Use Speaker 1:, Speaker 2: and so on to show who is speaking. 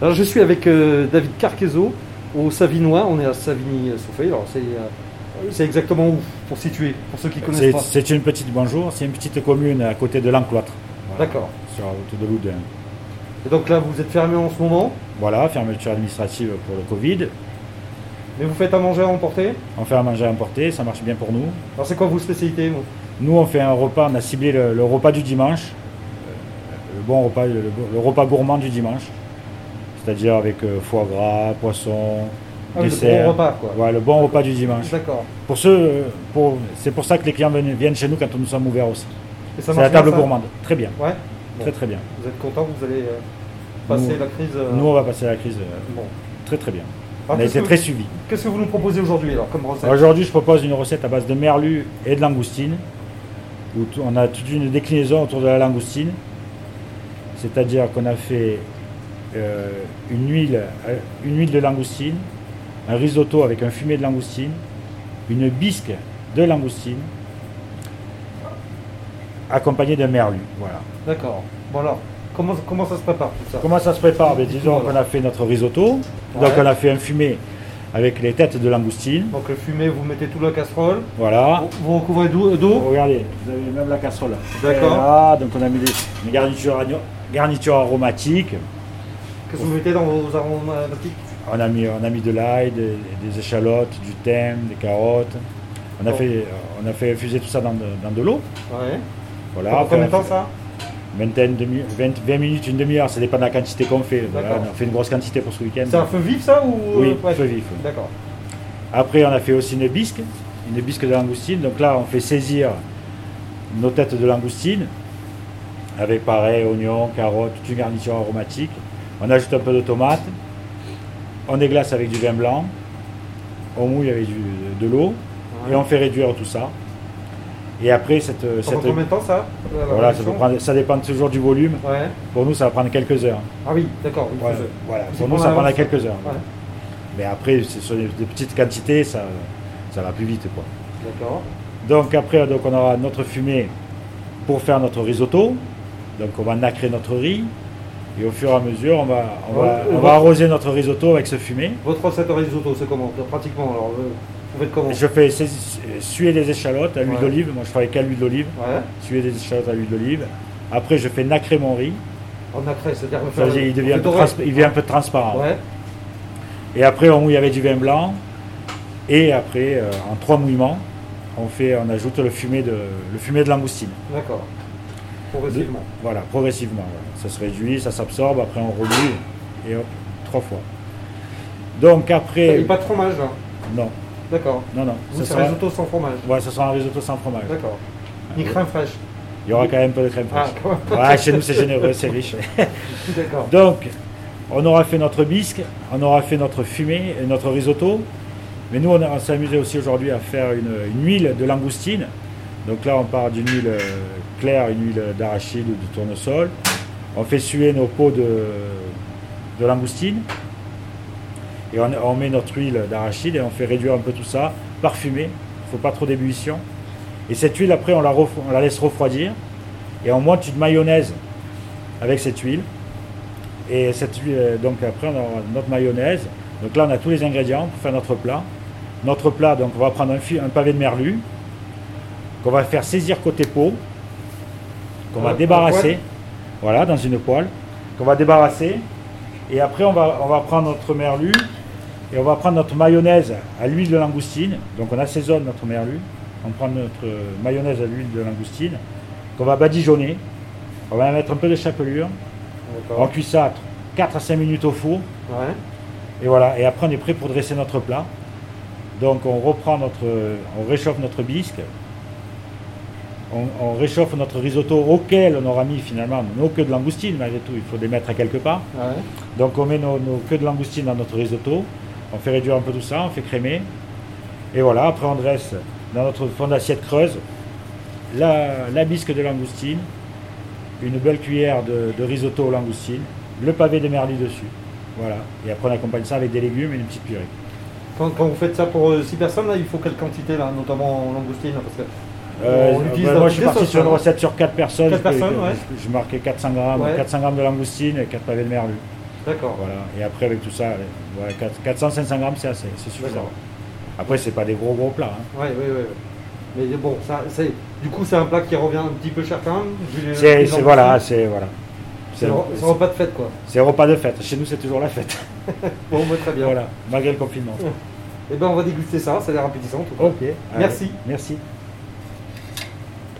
Speaker 1: Alors je suis avec euh, David Carquezo au Savinois, on est à Savigny-Soufeuille, alors c'est euh, c'est exactement où pour situer, pour ceux qui connaissent
Speaker 2: C'est-
Speaker 1: pas.
Speaker 2: C'est une petite bonjour, c'est une petite commune à côté de l'Encloître. Voilà,
Speaker 1: D'accord.
Speaker 2: Sur la route de Loudun.
Speaker 1: Et donc là vous êtes fermé en ce moment,
Speaker 2: Voilà, fermeture administrative pour le Covid.
Speaker 1: mais vous faites à manger à emporter
Speaker 2: On fait à manger à emporter, ça marche bien pour nous.
Speaker 1: Alors c'est quoi vos spécialités vous
Speaker 2: Nous, on fait un repas, on a ciblé le, le repas du dimanche, euh, le bon repas, le, le repas gourmand du dimanche, c'est-à-dire avec euh, foie gras, poisson,
Speaker 1: Ah oui, le
Speaker 2: dessert.
Speaker 1: bon repas quoi.
Speaker 2: Ouais, le bon repas du dimanche.
Speaker 1: D'accord.
Speaker 2: Pour ceux, euh, pour, c'est pour ça que les clients viennent, viennent chez nous quand nous sommes ouverts aussi.
Speaker 1: Et ça
Speaker 2: C'est
Speaker 1: marche
Speaker 2: la
Speaker 1: bien,
Speaker 2: table
Speaker 1: ça
Speaker 2: gourmande. Très bien,
Speaker 1: Ouais.
Speaker 2: très très bien.
Speaker 1: Vous êtes content, vous allez euh, passer
Speaker 2: Nous-
Speaker 1: la crise. euh,
Speaker 2: Nous, on va passer à la crise euh,
Speaker 1: bon.
Speaker 2: très très bien.
Speaker 1: Alors,
Speaker 2: on a
Speaker 1: qu'est-ce
Speaker 2: été
Speaker 1: que-
Speaker 2: très suivis.
Speaker 1: Qu'est-ce que vous nous proposez aujourd'hui alors comme recette
Speaker 2: Alors, Aujourd'hui, je propose une recette à base de merlu et de langoustine. Où tout- on a toute une déclinaison autour de la langoustine. C'est-à-dire qu'on a fait euh, une, huile, euh, une huile de langoustine, un risotto avec un fumet de langoustine, une bisque de langoustine, accompagnée de merlu. Voilà.
Speaker 1: D'accord. Bon alors, comment, comment ça se prépare tout ça
Speaker 2: Comment ça se prépare Ben, Disons qu'on a fait notre risotto. Donc
Speaker 1: Ouais.
Speaker 2: on a fait un fumet avec les têtes de langoustine.
Speaker 1: Donc le fumet, vous mettez tout dans la casserole,
Speaker 2: Voilà.
Speaker 1: vous- vous recouvrez d'eau. d'eau.
Speaker 2: Regardez, vous avez même la casserole.
Speaker 1: D'accord.
Speaker 2: Voilà, donc on a mis des, des garnitures, agno- garnitures aromatiques.
Speaker 1: Qu'est-ce que vous mettez dans vos euh, aromatiques
Speaker 2: On a mis, on a mis de l'ail, des, des échalotes, du thym, des carottes. On a,
Speaker 1: Bon.
Speaker 2: fait, euh, on a fait infuser tout ça dans de, dans de l'eau.
Speaker 1: Ouais. Pendant
Speaker 2: Voilà. Bah, Après,
Speaker 1: combien de
Speaker 2: on
Speaker 1: temps
Speaker 2: fait
Speaker 1: ça
Speaker 2: vingtaine de mi- 20, 20 minutes, une demi-heure, ça dépend de la quantité qu'on fait. Voilà,
Speaker 1: D'accord.
Speaker 2: on fait une grosse quantité pour ce week-end.
Speaker 1: C'est un feu vif ça ou
Speaker 2: Oui,
Speaker 1: euh, ouais.
Speaker 2: feu vif.
Speaker 1: D'accord.
Speaker 2: Après, on a fait aussi une bisque, une bisque de langoustine. Donc là, on fait saisir nos têtes de langoustine avec pareil, oignons, carottes, toute une garniture aromatique. On ajoute un peu de tomate. On déglace avec du vin blanc. On mouille avec du- de l'eau et on fait réduire tout ça. Et après, cette,
Speaker 1: Ça
Speaker 2: cette-
Speaker 1: prend combien de temps ça la
Speaker 2: voilà, ça,
Speaker 1: réduction
Speaker 2: peut prendre- ça dépend toujours du volume.
Speaker 1: Ouais.
Speaker 2: Pour nous, ça va prendre quelques heures.
Speaker 1: Ah oui, d'accord. oui,
Speaker 2: Voilà,
Speaker 1: feu.
Speaker 2: voilà.
Speaker 1: Vous y
Speaker 2: Pour nous,
Speaker 1: prenez
Speaker 2: ça prendra
Speaker 1: l'avance,
Speaker 2: quelques heures.
Speaker 1: Ouais.
Speaker 2: Mais après, c'est sur des des petites quantités, ça, ça va plus vite, quoi.
Speaker 1: D'accord.
Speaker 2: Donc après, donc on aura notre fumée pour faire notre risotto. Donc on va nacrer notre riz. Et au fur et à mesure, on va, on va,
Speaker 1: Ouais,
Speaker 2: on
Speaker 1: ouais.
Speaker 2: va arroser notre risotto avec ce fumée.
Speaker 1: Votre recette au risotto, c'est comment Pratiquement alors, euh, vous faites comment
Speaker 2: Je fais sais- suer des échalotes à l'huile
Speaker 1: Ouais.
Speaker 2: d'olive. Moi, je travaille qu'à l'huile d'olive.
Speaker 1: Ouais.
Speaker 2: Suer des échalotes à l'huile d'olive. Après, je fais nacrer mon riz.
Speaker 1: En nacré, c'est-à-dire
Speaker 2: Ça veut dire, il devient, un peu, trans- il devient un peu transparent.
Speaker 1: Ouais.
Speaker 2: Et après, on mouille avec du vin blanc. Et après, euh, en trois mouillements, on, fait, on ajoute le fumet de, le fumet de langoustine.
Speaker 1: D'accord. Progressivement.
Speaker 2: Voilà, progressivement. voilà. Ça se réduit, ça s'absorbe, après on remue et hop, trois fois. Donc après.
Speaker 1: Et pas de fromage là.
Speaker 2: Non,
Speaker 1: D'accord.
Speaker 2: non, non.
Speaker 1: Vous,
Speaker 2: Ça
Speaker 1: c'est
Speaker 2: sera...
Speaker 1: risotto sans fromage.
Speaker 2: Ouais, ça sera un risotto sans fromage.
Speaker 1: D'accord. Ni crème fraîche.
Speaker 2: Il y aura quand même pas de crème
Speaker 1: Ah,
Speaker 2: fraîche.
Speaker 1: quand même.
Speaker 2: Ouais, chez nous c'est généreux, c'est riche.
Speaker 1: D'accord.
Speaker 2: Donc, on aura fait notre bisque, on aura fait notre fumée et notre risotto. Mais nous, on, a- on s'est amusé aussi aujourd'hui à faire une, une huile de langoustine. Donc là, on part d'une huile euh, claire, une huile d'arachide ou de tournesol. On fait suer nos pots de, de langoustine. Et on, on met notre huile d'arachide et on fait réduire un peu tout ça, parfumer. Il ne faut pas trop d'ébullition. Et cette huile, après, on la, ref- on la laisse refroidir. Et on monte une mayonnaise avec cette huile. Et cette huile, euh, donc après, on aura notre mayonnaise. Donc là, on a tous les ingrédients pour faire notre plat. Notre plat, donc on va prendre un, fi- un pavé de merlu qu'on va faire saisir côté peau, qu'on
Speaker 1: Dans
Speaker 2: va
Speaker 1: la
Speaker 2: débarrasser,
Speaker 1: poêle
Speaker 2: voilà, dans une poêle, qu'on va débarrasser. Et après, on va, on va prendre notre merlu et on va prendre notre mayonnaise à l'huile de langoustine. Donc on assaisonne notre merlu. On prend notre euh, mayonnaise à l'huile de langoustine qu'on va badigeonner. On va mettre un peu de chapelure. On
Speaker 1: D'accord.
Speaker 2: cuit ça 4 à 5 minutes au four.
Speaker 1: Ouais.
Speaker 2: Et voilà, et après on est prêt pour dresser notre plat. Donc on reprend notre. On réchauffe notre bisque. On, on réchauffe notre risotto auquel on aura mis finalement nos queues de langoustine, malgré tout, il faut les mettre à quelque part.
Speaker 1: Ouais.
Speaker 2: Donc on met nos, nos queues de langoustine dans notre risotto, on fait réduire un peu tout ça, on fait crémer. Et voilà, après on dresse dans notre fond d'assiette creuse la, la bisque de langoustine, une belle cuillère de, de risotto aux langoustines, le pavé de merlu dessus. Voilà. Et après on accompagne ça avec des légumes et une petite purée.
Speaker 1: Quand, quand vous faites ça pour 6 personnes, là, il faut quelle quantité, là, notamment en langoustine là, parce que...
Speaker 2: Euh,
Speaker 1: On utilise
Speaker 2: bah,
Speaker 1: dans
Speaker 2: moi
Speaker 1: toutes
Speaker 2: je suis
Speaker 1: les
Speaker 2: parti
Speaker 1: sauces,
Speaker 2: sur une
Speaker 1: hein.
Speaker 2: recette sur 4 personnes.
Speaker 1: Quatre
Speaker 2: je peux-
Speaker 1: personnes,
Speaker 2: je,
Speaker 1: ouais.
Speaker 2: je marquais 400 grammes,
Speaker 1: Ouais.
Speaker 2: 400 grammes de langoustine et 4 pavés de merlu.
Speaker 1: D'accord.
Speaker 2: Voilà. Et après, avec tout ça, ouais, 400-500 grammes, c'est assez, c'est suffisant.
Speaker 1: D'accord.
Speaker 2: Après, c'est pas des gros gros plats. hein.
Speaker 1: Ouais, ouais, ouais, ouais. Mais bon, ça, c'est, du coup, c'est un plat qui revient un petit peu cher quand même. vu les-
Speaker 2: C'est
Speaker 1: les
Speaker 2: c'est-
Speaker 1: ambitions.
Speaker 2: voilà, c'est voilà.
Speaker 1: euh, C'est
Speaker 2: C'est
Speaker 1: un c'est un repas de fête, quoi.
Speaker 2: c'est un repas de fête. Chez nous, c'est toujours la fête.
Speaker 1: Bon, bah, très bien. Eh
Speaker 2: Voilà, malgré le confinement.
Speaker 1: Et ben, on va déguster ça. Ça a l'air appétissant, en tout cas.
Speaker 2: Ok. allez,
Speaker 1: Merci.
Speaker 2: Merci.